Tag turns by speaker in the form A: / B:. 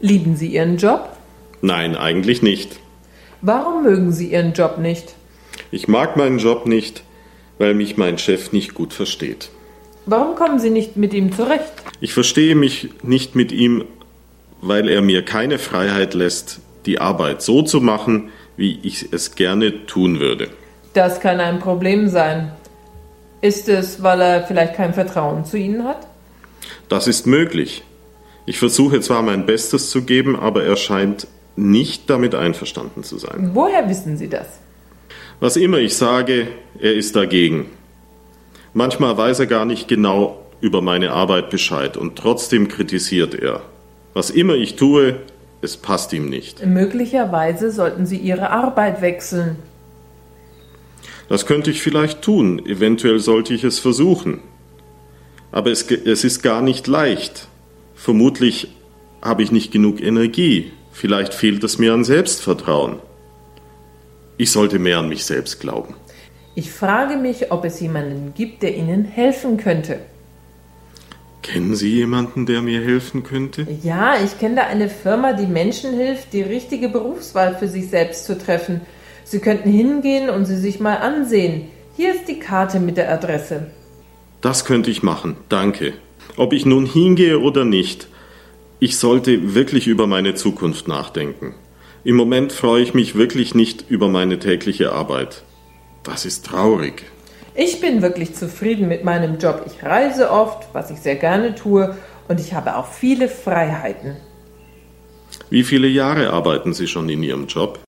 A: Lieben Sie Ihren Job?
B: Nein, eigentlich nicht.
A: Warum mögen Sie Ihren Job nicht?
B: Ich mag meinen Job nicht, weil mich mein Chef nicht gut versteht.
A: Warum kommen Sie nicht mit ihm zurecht?
B: Ich verstehe mich nicht mit ihm, weil er mir keine Freiheit lässt, die Arbeit so zu machen, wie ich es gerne tun würde.
A: Das kann ein Problem sein. Ist es, weil er vielleicht kein Vertrauen zu Ihnen hat?
B: Das ist möglich. Ich versuche zwar mein Bestes zu geben, aber er scheint nicht damit einverstanden zu sein.
A: Woher wissen Sie das?
B: Was immer ich sage, er ist dagegen. Manchmal weiß er gar nicht genau über meine Arbeit Bescheid und trotzdem kritisiert er. Was immer ich tue, es passt ihm nicht.
A: Möglicherweise sollten Sie Ihre Arbeit wechseln.
B: Das könnte ich vielleicht tun, eventuell sollte ich es versuchen. Aber es, ge- es ist gar nicht leicht. Vermutlich habe ich nicht genug Energie, vielleicht fehlt es mir an Selbstvertrauen. Ich sollte mehr an mich selbst glauben.
A: Ich frage mich, ob es jemanden gibt, der Ihnen helfen könnte.
B: Kennen Sie jemanden, der mir helfen könnte?
A: Ja, ich kenne da eine Firma, die Menschen hilft, die richtige Berufswahl für sich selbst zu treffen. Sie könnten hingehen und sie sich mal ansehen. Hier ist die Karte mit der Adresse.
B: Das könnte ich machen, danke. Ob ich nun hingehe oder nicht, ich sollte wirklich über meine Zukunft nachdenken. Im Moment freue ich mich wirklich nicht über meine tägliche Arbeit. Das ist traurig.
A: Ich bin wirklich zufrieden mit meinem Job. Ich reise oft, was ich sehr gerne tue, und ich habe auch viele Freiheiten.
B: Wie viele Jahre arbeiten Sie schon in Ihrem Job?